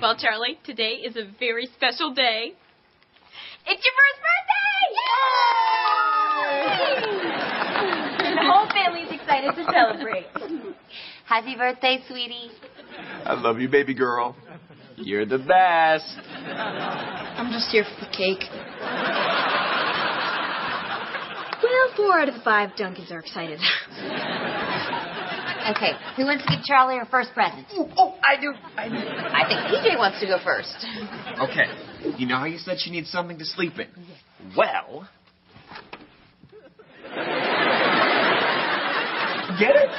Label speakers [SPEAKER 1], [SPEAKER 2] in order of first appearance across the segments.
[SPEAKER 1] Well, Charlie, today is a very special day. It's your first birthday!
[SPEAKER 2] And the whole family's excited to celebrate. Happy birthday, sweetie.
[SPEAKER 3] I love you, baby girl. You're the best.
[SPEAKER 4] I'm just here for the cake.
[SPEAKER 5] Well, four out of the five Dunkins are excited.
[SPEAKER 2] Okay, who wants to give Charlie her first present?
[SPEAKER 4] Oh, I do. I do. I think PJ wants to go first.
[SPEAKER 3] Okay. You know how you said she needs something to sleep in? Well. Get it?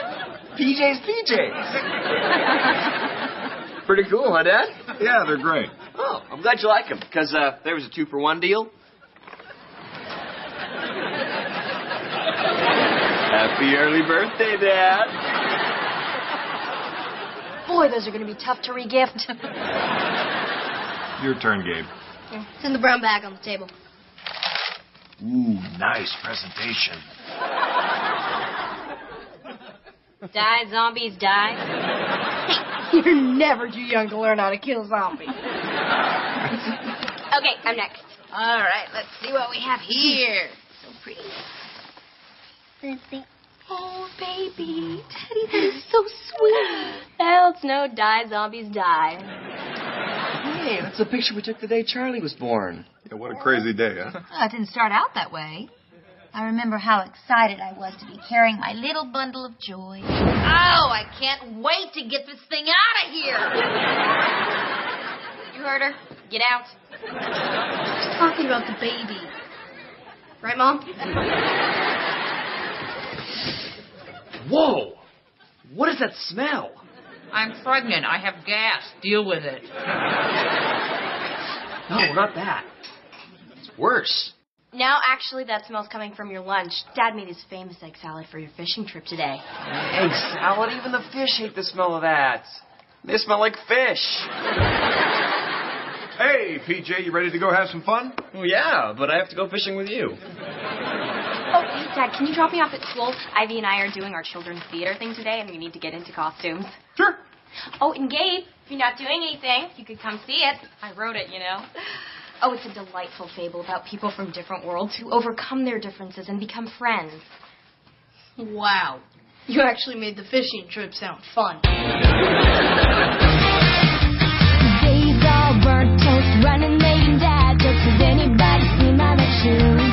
[SPEAKER 3] PJ's PJs. Pretty cool, huh, Dad?
[SPEAKER 6] Yeah, they're great.
[SPEAKER 3] Oh, I'm glad you like them, because uh, there was a two for one deal. Happy early birthday, Dad.
[SPEAKER 5] Boy, those are going to be tough to regift.
[SPEAKER 6] Your turn, Gabe.
[SPEAKER 4] It's in the brown bag on the table.
[SPEAKER 6] Ooh, nice presentation.
[SPEAKER 2] Die, zombies, die.
[SPEAKER 4] You're never too young to learn how to kill a zombie.
[SPEAKER 2] Okay, I'm next.
[SPEAKER 4] All right, let's see what we have here. So pretty.
[SPEAKER 1] Oh, baby. Teddy, that is so sweet.
[SPEAKER 2] Else no, die, zombies, die.
[SPEAKER 3] Hey, that's the picture we took the day Charlie was born.
[SPEAKER 6] Yeah, what a crazy day, huh?
[SPEAKER 4] Oh, it didn't start out that way.
[SPEAKER 7] I remember how excited I was to be carrying my little bundle of joy.
[SPEAKER 4] Oh, I can't wait to get this thing out of here.
[SPEAKER 2] You heard her. Get out.
[SPEAKER 4] Just talking about the baby. Right, Mom?
[SPEAKER 3] Whoa! What is that smell?
[SPEAKER 8] I'm pregnant. I have gas. Deal with it.
[SPEAKER 3] No, not that. It's worse.
[SPEAKER 1] Now, actually, that smell's coming from your lunch. Dad made his famous egg salad for your fishing trip today.
[SPEAKER 3] Egg salad? Even the fish hate the smell of that. They smell like fish.
[SPEAKER 6] Hey, PJ, you ready to go have some fun?
[SPEAKER 3] Well, yeah, but I have to go fishing with you.
[SPEAKER 1] Oh, hey, Dad, can you drop me off at school? Ivy and I are doing our children's theater thing today, and we need to get into costumes.
[SPEAKER 6] Sure.
[SPEAKER 1] Oh, and Gabe, if you're not doing anything, you could come see it. I wrote it, you know. Oh, it's a delightful fable about people from different worlds who overcome their differences and become friends.
[SPEAKER 4] Wow. You actually made the fishing trip sound fun.
[SPEAKER 7] Days all burnt toast, running late and dad jokes. Has anybody seen my red shoes?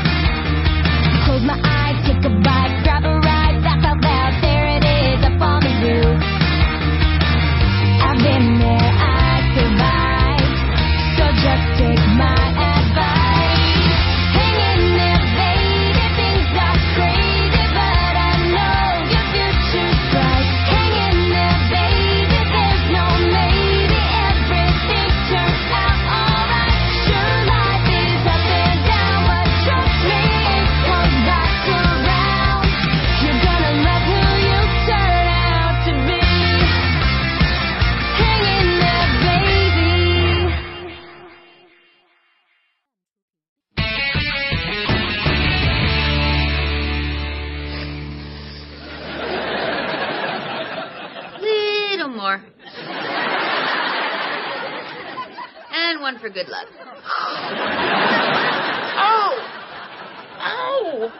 [SPEAKER 7] Close my eyes, take a bite, grab a ride, laugh out loud. There it is, up on the roof. I've been there, I survived. So just take my advice. Hang in there, baby. Things are crazy, but I know your future's bright. Hang in there, baby. There's no maybe. Everything turns out alright. Sure, life is up and down, but trust me, it comes back around. You're gonna love who you turn out to be. Hang in there, baby.
[SPEAKER 4] Little more. and one for good luck. oh! Oh!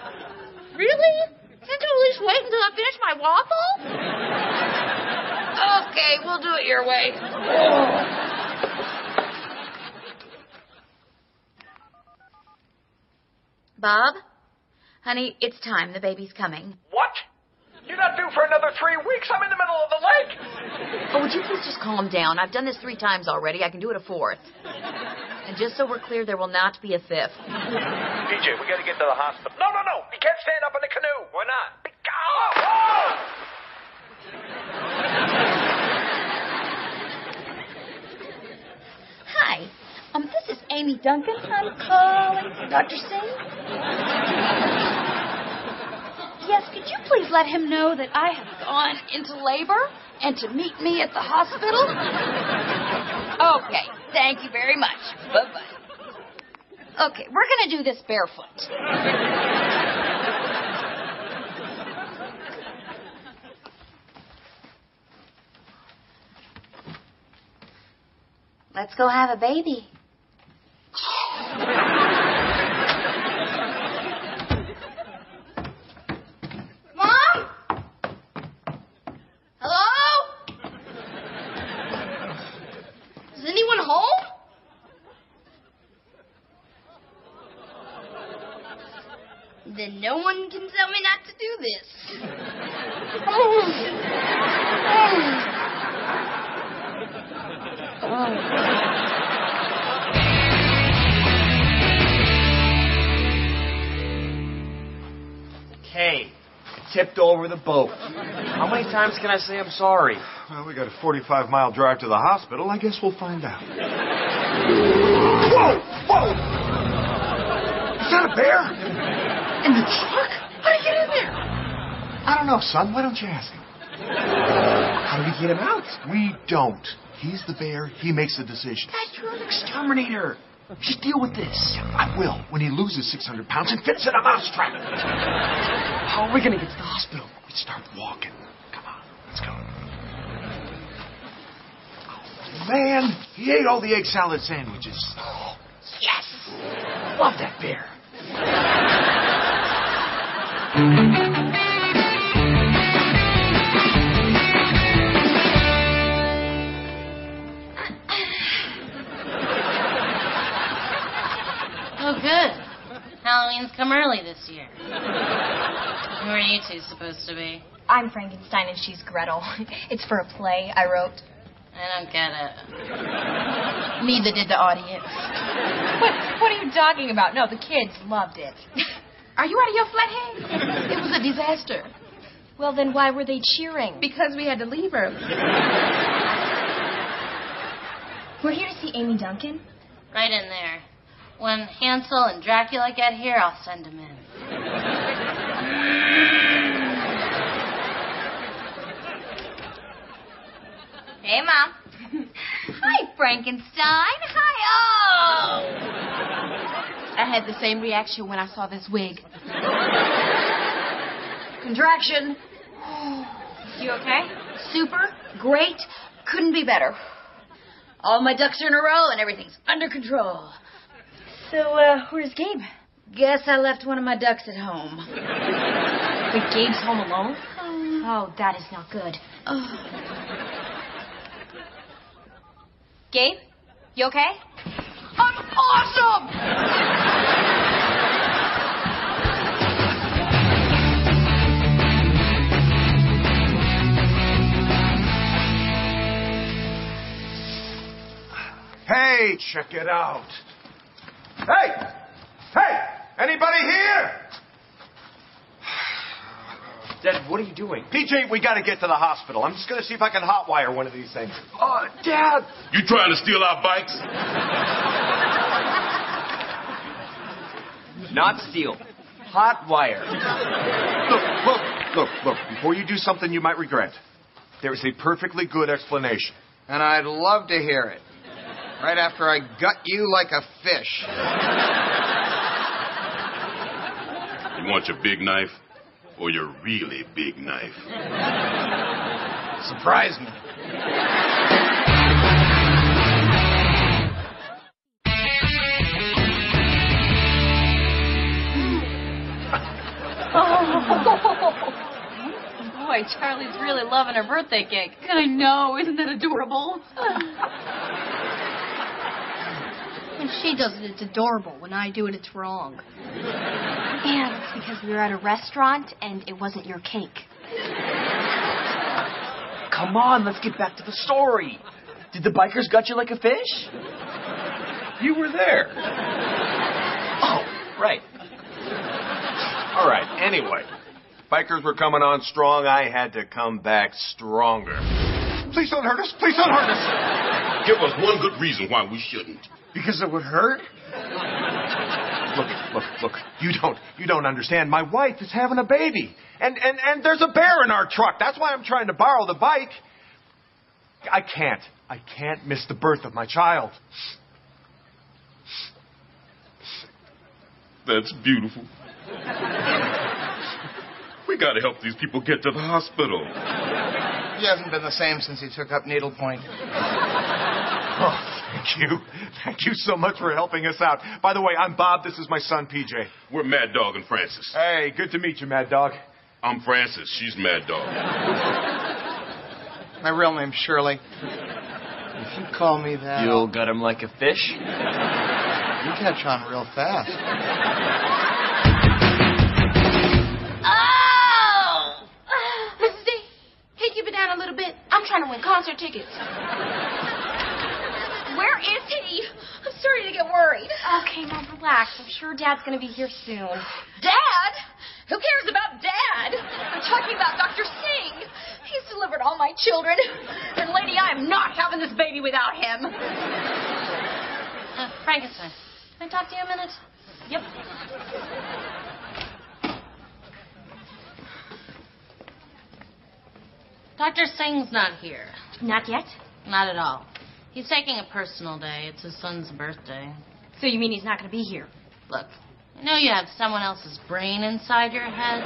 [SPEAKER 4] Really? Can't you at least wait until I finish my waffle? okay, we'll do it your way.
[SPEAKER 7] Bob? Honey, it's time. The baby's coming.
[SPEAKER 9] What? You're not due for another three weeks. I'm in the middle of the lake.
[SPEAKER 7] Oh, would you please just calm down? I've done this three times already. I can do it a fourth. And just so we're clear, there will not be a fifth.
[SPEAKER 9] PJ, we gotta get to the hospital. No, no, no. You can't stand up in the canoe. Why not? Be- oh, oh!
[SPEAKER 7] Hi. Um, this is Amy Duncan. I'm calling for Dr. Singh. Yes, could you please let him know that I have gone into labor and to meet me at the hospital? Okay, thank you very much. Bye bye. Okay, we're gonna do this barefoot.
[SPEAKER 10] Let's go have a baby.
[SPEAKER 11] Mom? Hello? Is anyone home? Then no one can tell me not to do this.
[SPEAKER 12] Oh,
[SPEAKER 13] Kay, tipped over the boat. How many times can I say I'm sorry?
[SPEAKER 3] Well, we got a 45 mile drive to the hospital. I guess we'll find out.
[SPEAKER 12] Whoa! Whoa!
[SPEAKER 3] Is that a bear?
[SPEAKER 12] In the truck? How do you get in there?
[SPEAKER 3] I don't know, son. Why don't you ask him? How do we get him out? We don't. He's the bear. He makes the decision.
[SPEAKER 12] That's your
[SPEAKER 3] Exterminator. You should deal with this. I will when he loses 600 pounds and fits in a mousetrap. How are we going to get to the hospital? We start walking. Come on, let's go. Oh, man, he ate all the egg salad sandwiches. Oh, yes! Love that bear.
[SPEAKER 14] Oh, good. Halloween's come early this year. Who are you two supposed to be?
[SPEAKER 1] I'm Frankenstein and she's Gretel. It's for a play I wrote.
[SPEAKER 14] I don't get it. Neither did the audience.
[SPEAKER 1] What, what are you talking about? No, the kids loved it. Are you out of your flathead? It was a disaster. Well, then why were they cheering? Because we had to leave early. We're here to see Amy Duncan.
[SPEAKER 14] Right in there. When Hansel and Dracula get here, I'll send them in.
[SPEAKER 10] Hey, Mom. Hi, Frankenstein. Hi, oh.
[SPEAKER 1] I had the same reaction when I saw this wig.
[SPEAKER 15] Contraction.
[SPEAKER 1] You okay?
[SPEAKER 15] Super. Great. Couldn't be better. All my ducks are in a row and everything's under control. So, uh, where's Gabe? Guess I left one of my ducks at home. Um,
[SPEAKER 1] Wait, Gabe's home alone? Oh, that is not good. Gabe, you okay? I'm awesome!
[SPEAKER 3] Hey, check it out. Hey! Hey! Anybody here?
[SPEAKER 13] Dad, what are you doing?
[SPEAKER 3] PJ, we gotta get to the hospital. I'm just gonna see if I can hotwire one of these things.
[SPEAKER 13] Uh, Dad!
[SPEAKER 16] You trying to steal our bikes?
[SPEAKER 13] Not steal. Hot wire.
[SPEAKER 3] Look, look, look, look. Before you do something you might regret, there is a perfectly good explanation.
[SPEAKER 17] And I'd love to hear it. Right after I gut you like a fish.
[SPEAKER 16] You want your big knife or your really big knife?
[SPEAKER 17] Surprise me.
[SPEAKER 14] Boy, Charlie's really loving her birthday cake.
[SPEAKER 18] I know, isn't that adorable?
[SPEAKER 14] When she does it, it's adorable. When I do it, it's wrong.
[SPEAKER 1] And it's because we were at a restaurant and it wasn't your cake.
[SPEAKER 13] Come on, let's get back to the story. Did the bikers gut you like a fish? You were there. Oh, right.
[SPEAKER 3] All right, anyway. Bikers were coming on strong. I had to come back stronger. Please don't hurt us. Please don't hurt us.
[SPEAKER 16] Give us one good reason why we shouldn't.
[SPEAKER 3] Because it would hurt? Look, look, look. You don't you don't understand. My wife is having a baby. And and and there's a bear in our truck. That's why I'm trying to borrow the bike. I can't. I can't miss the birth of my child.
[SPEAKER 16] That's beautiful. We gotta help these people get to the hospital.
[SPEAKER 17] He hasn't been the same since he took up needlepoint.
[SPEAKER 3] Oh,
[SPEAKER 6] Thank you. Thank you so much for helping us out. By the way, I'm Bob. This is my son, PJ.
[SPEAKER 16] We're Mad Dog and Francis.
[SPEAKER 6] Hey, good to meet you, Mad Dog.
[SPEAKER 16] I'm Francis. She's Mad Dog.
[SPEAKER 17] My real name's Shirley. If you call me that,
[SPEAKER 3] You'll gut him like a fish.
[SPEAKER 17] you catch on real fast.
[SPEAKER 4] Oh! Mrs. D, can you keep it down a little bit? I'm trying to win concert tickets. Where is he? I'm starting to get worried.
[SPEAKER 1] Okay, Mom, relax. I'm sure Dad's gonna be here soon.
[SPEAKER 4] Dad? Who cares about Dad? I'm talking about Dr. Singh. He's delivered all my children. And, lady, I am not having this baby without him.
[SPEAKER 14] Uh, Frankenstein, can I talk to you a minute? Yep. Dr. Singh's not here.
[SPEAKER 1] Not yet?
[SPEAKER 14] Not at all. He's taking a personal day. It's his son's birthday.
[SPEAKER 1] So you mean he's not gonna be here?
[SPEAKER 14] Look, I know you have someone else's brain inside your head,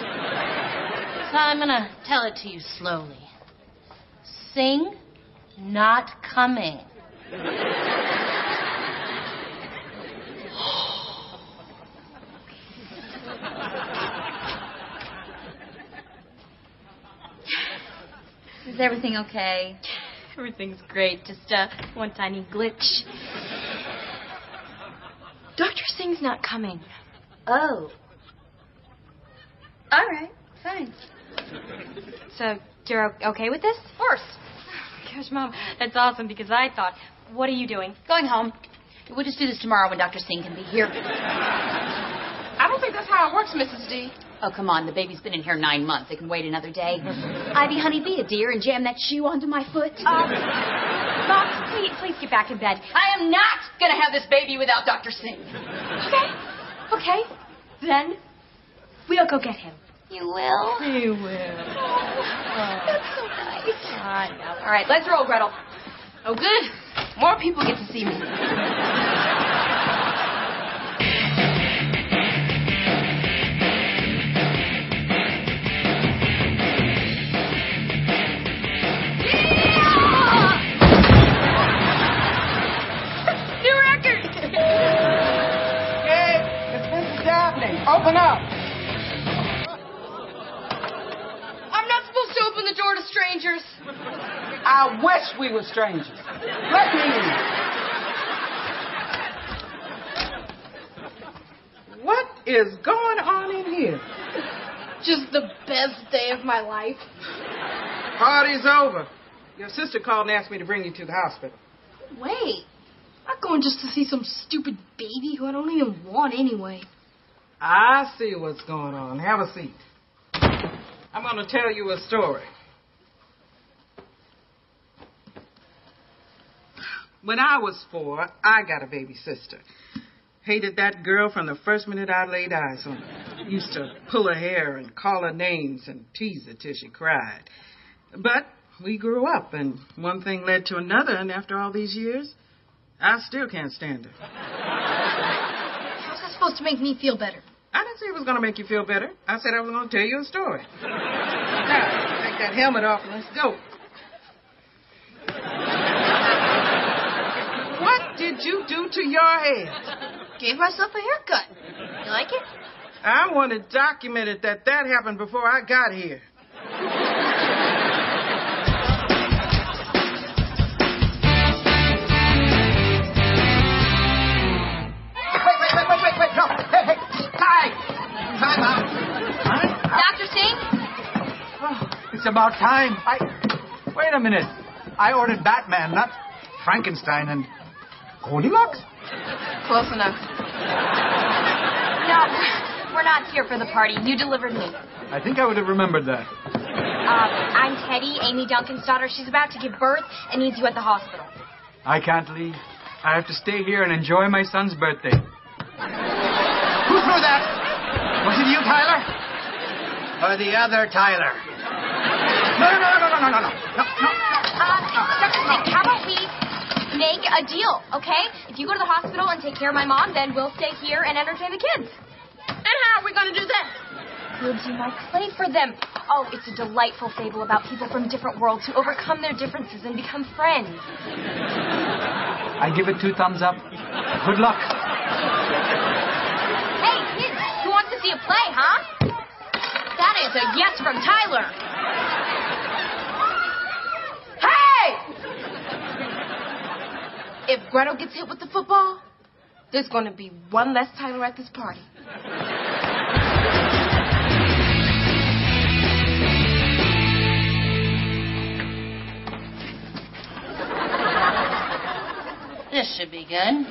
[SPEAKER 14] so I'm gonna tell it to you slowly. Sing, not coming.
[SPEAKER 5] Is everything okay?
[SPEAKER 1] Everything's great. Just uh, one tiny glitch. Dr. Singh's not coming.
[SPEAKER 5] Oh. All right, fine.
[SPEAKER 1] So you're o- okay with this? Of course. Gosh, Mom, that's awesome because I thought, what are you doing?
[SPEAKER 5] Going home. We'll just do this tomorrow when Dr. Singh can be here.
[SPEAKER 4] I don't think that's how it works, Mrs. D.
[SPEAKER 5] Oh, come on. The baby's been in here nine months. It can wait another day. Ivy, honey, be a dear and jam that shoe onto my foot.
[SPEAKER 1] Mom, Uh, please, please get back in bed.
[SPEAKER 5] I am not going to have this baby without Dr. Singh.
[SPEAKER 1] Okay, okay. Then we'll go get him.
[SPEAKER 5] You will?
[SPEAKER 1] We will.
[SPEAKER 5] That's so nice.
[SPEAKER 1] I know.
[SPEAKER 5] All right, let's roll, Gretel.
[SPEAKER 4] Oh, good. More people get to see me. New record!
[SPEAKER 3] Hey, this is happening. Open up.
[SPEAKER 4] I'm not supposed to open the door to strangers.
[SPEAKER 3] I wish we were strangers. Let me in. What is going on in here?
[SPEAKER 4] Just the best day of my life.
[SPEAKER 19] Party's over. Your sister called and asked me to bring you to the hospital.
[SPEAKER 4] Wait, I'm going just to see some stupid baby who I don't even want anyway.
[SPEAKER 19] I see what's going on. Have a seat. I'm going to tell you a story. When I was four, I got a baby sister. Hated that girl from the first minute I laid eyes on her. Used to pull her hair and call her names and tease her till she cried. But we grew up, and one thing led to another, and after all these years, I still can't stand her.
[SPEAKER 4] How's that supposed to make me feel better?
[SPEAKER 19] I didn't say it was going to make you feel better. I said I was going to tell you a story. now, take that helmet off and let's go. what did you do to your head?
[SPEAKER 4] Gave myself a haircut. You like it?
[SPEAKER 19] I want it documented that that happened before I got here.
[SPEAKER 17] Wait, wait, wait, wait, wait, wait, no. Hey, hey, time. Time out.
[SPEAKER 4] Dr. Singh?
[SPEAKER 3] It's about time. I wait a minute. I ordered Batman, not Frankenstein and Goldilocks.
[SPEAKER 4] Close enough.
[SPEAKER 1] No, we're not here for the party. You delivered me.
[SPEAKER 3] I think I would have remembered that.
[SPEAKER 1] Um, I'm Teddy, Amy Duncan's daughter. She's about to give birth and needs you at the hospital.
[SPEAKER 20] I can't leave. I have to stay here and enjoy my son's birthday.
[SPEAKER 17] Who threw that? Was it you, Tyler? Or the other Tyler? No, no, no, no, no, no, no, no.
[SPEAKER 1] Um, Dr. Singh, how about we make a deal, okay? If you go to the hospital and take care of my mom, then we'll stay here and entertain the kids.
[SPEAKER 4] And how are we going to do that?
[SPEAKER 1] We'll do my play for them. Oh, it's a delightful fable about people from different worlds who overcome their differences and become friends.
[SPEAKER 20] I give it two thumbs up. Good luck.
[SPEAKER 4] Hey, kids, who wants to see a play, huh? That is a yes from Tyler.
[SPEAKER 2] Hey!
[SPEAKER 1] If Gretel gets hit with the football, there's going to be one less Tyler at this party.
[SPEAKER 14] This should be good.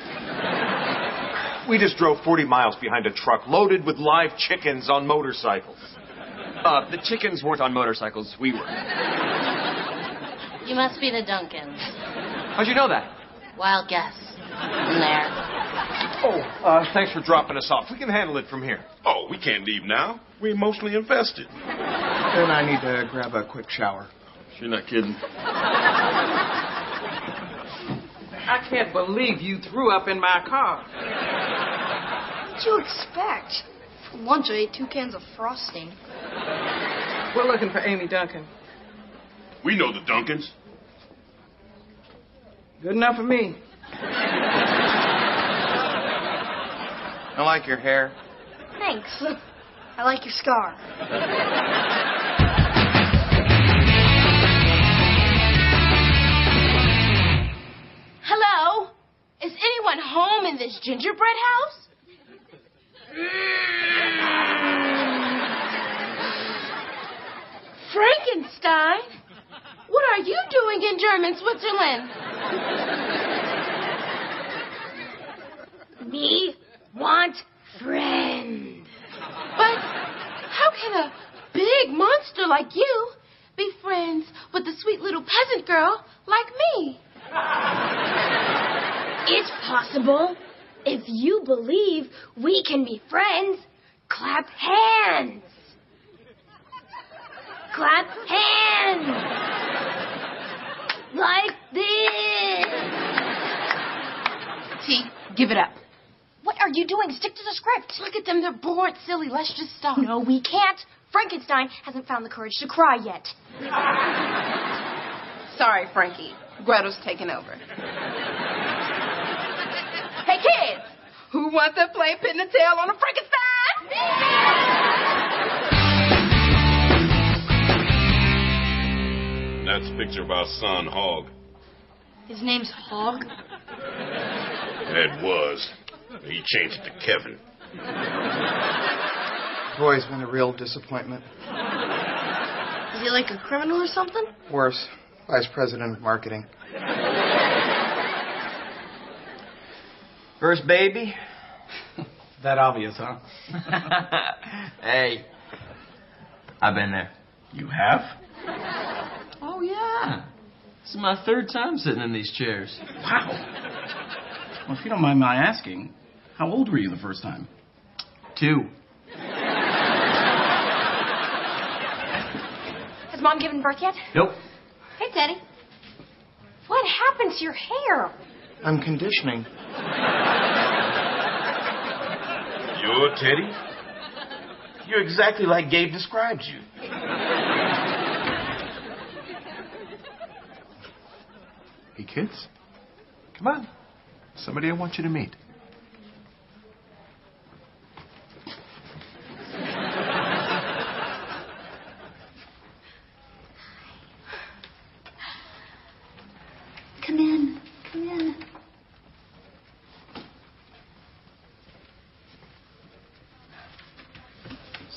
[SPEAKER 6] We just drove 40 miles behind a truck loaded with live chickens on motorcycles. Uh, the chickens weren't on motorcycles, we were.
[SPEAKER 14] You must be the Duncans.
[SPEAKER 6] How'd you know that?
[SPEAKER 14] Wild guess. From there.
[SPEAKER 6] Oh, uh, thanks for dropping us off. We can handle it from here.
[SPEAKER 16] Oh, we can't leave now. We're emotionally invested.
[SPEAKER 6] Then I need to grab a quick shower.
[SPEAKER 16] You're not kidding.
[SPEAKER 19] I can't believe you threw up in my car.
[SPEAKER 4] What'd you expect? For lunch, I ate two cans of frosting.
[SPEAKER 19] We're looking for Amy Duncan.
[SPEAKER 16] We know the Duncans.
[SPEAKER 19] Good enough for me.
[SPEAKER 17] I like your hair.
[SPEAKER 4] Thanks. I like your scar.
[SPEAKER 1] Hello? Is anyone home in this gingerbread house? Frankenstein? What are you doing in German Switzerland?
[SPEAKER 7] Me want friends.
[SPEAKER 1] But how can a big monster like you be friends with a sweet little peasant girl like me?
[SPEAKER 7] It's possible. If you believe we can be friends, clap hands. Clap hands. Like this.
[SPEAKER 1] T, give it up. What are you doing? Stick to the script. Look at them. They're bored, silly. Let's just stop. No, we can't. Frankenstein hasn't found the courage to cry yet.
[SPEAKER 5] Sorry, Frankie. Gretel's taken over.
[SPEAKER 4] Hey, kids!
[SPEAKER 5] Who wants to play pin and tail on a Frankenstein?
[SPEAKER 16] That's a picture of our son, Hog.
[SPEAKER 1] His name's Hog.
[SPEAKER 16] It was. He changed it to Kevin.
[SPEAKER 17] Roy's been a real disappointment.
[SPEAKER 1] Is he like a criminal or something?
[SPEAKER 17] Worse, vice president of marketing. First baby?
[SPEAKER 20] That obvious, huh?
[SPEAKER 17] Hey, I've been there.
[SPEAKER 20] You have? Oh, yeah. This is my third time sitting in these chairs. Wow.
[SPEAKER 21] Well, if you don't mind my asking, how old were you the first time?
[SPEAKER 20] Two.
[SPEAKER 1] Has mom given birth yet?
[SPEAKER 20] Nope.
[SPEAKER 1] Hey, Teddy. What happened to your hair?
[SPEAKER 17] I'm conditioning.
[SPEAKER 16] You're Teddy?
[SPEAKER 17] You're exactly like Gabe described you.
[SPEAKER 6] Hey, kids. Come on. Somebody I want you to meet.
[SPEAKER 7] Come in. Come in.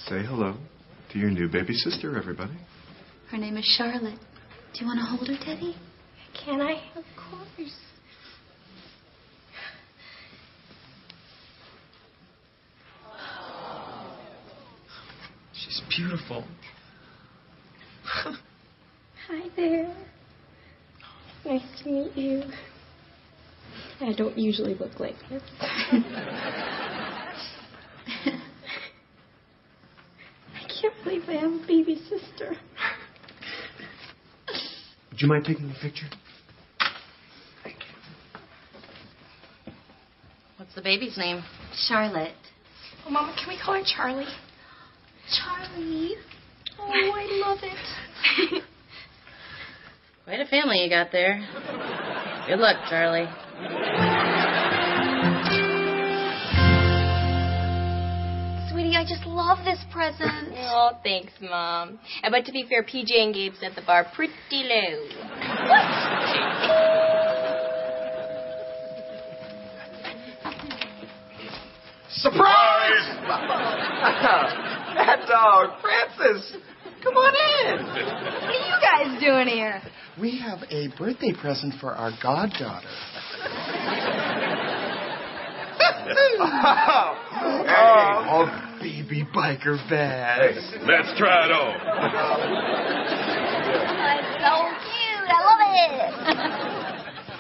[SPEAKER 6] Say hello to your new baby sister, everybody.
[SPEAKER 7] Her name is Charlotte. Do you want to hold her, Teddy? Can I? Of course.
[SPEAKER 21] She's beautiful.
[SPEAKER 7] Hi there. Nice to meet you. I don't usually look like this. I can't believe I have a baby sister.
[SPEAKER 6] Would you mind taking a picture?
[SPEAKER 14] What's the baby's name?
[SPEAKER 7] Charlotte.
[SPEAKER 1] Oh, Mama, can we call her Charlie?
[SPEAKER 7] Charlie. Oh, I it?
[SPEAKER 14] Quite a family you got there. Good luck, Charlie.
[SPEAKER 7] Sweetie, I just love this present. oh, thanks, Mom. And but to be fair, PJ and Gabe set the bar pretty low.
[SPEAKER 3] Surprise!
[SPEAKER 7] That
[SPEAKER 3] dog, Francis.
[SPEAKER 7] Come on in. What are you guys doing here?
[SPEAKER 17] We have a birthday present for our goddaughter.
[SPEAKER 3] oh, baby biker Vaz.
[SPEAKER 16] Let's try it on.
[SPEAKER 22] It's so cute. I love it.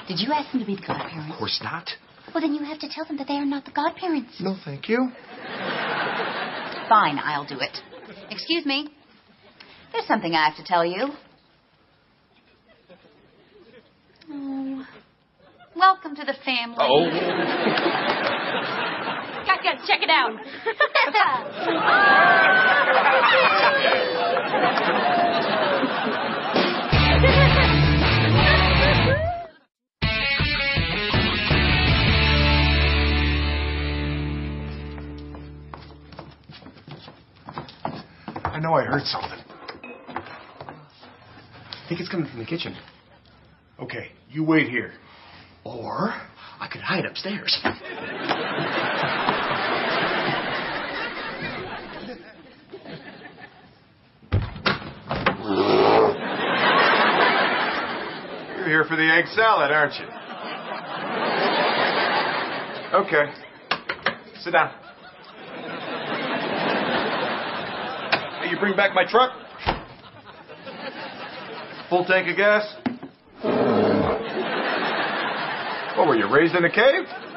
[SPEAKER 1] Did you ask them to be the godparents?
[SPEAKER 3] Of course not.
[SPEAKER 1] Well, then you have to tell them that they are not the godparents.
[SPEAKER 3] No, thank you.
[SPEAKER 1] Fine, I'll do it. Excuse me. There's something I have to tell you. Oh. Welcome to the family.
[SPEAKER 7] Guys, check it out.
[SPEAKER 3] I know I heard something.
[SPEAKER 17] I think it's coming from the kitchen.
[SPEAKER 3] Okay, you wait here.
[SPEAKER 17] Or I could hide upstairs.
[SPEAKER 3] You're here for the egg salad, aren't you? Okay. Sit down. Hey, you bring back my truck? Full tank of gas? What were you, raised in a cave?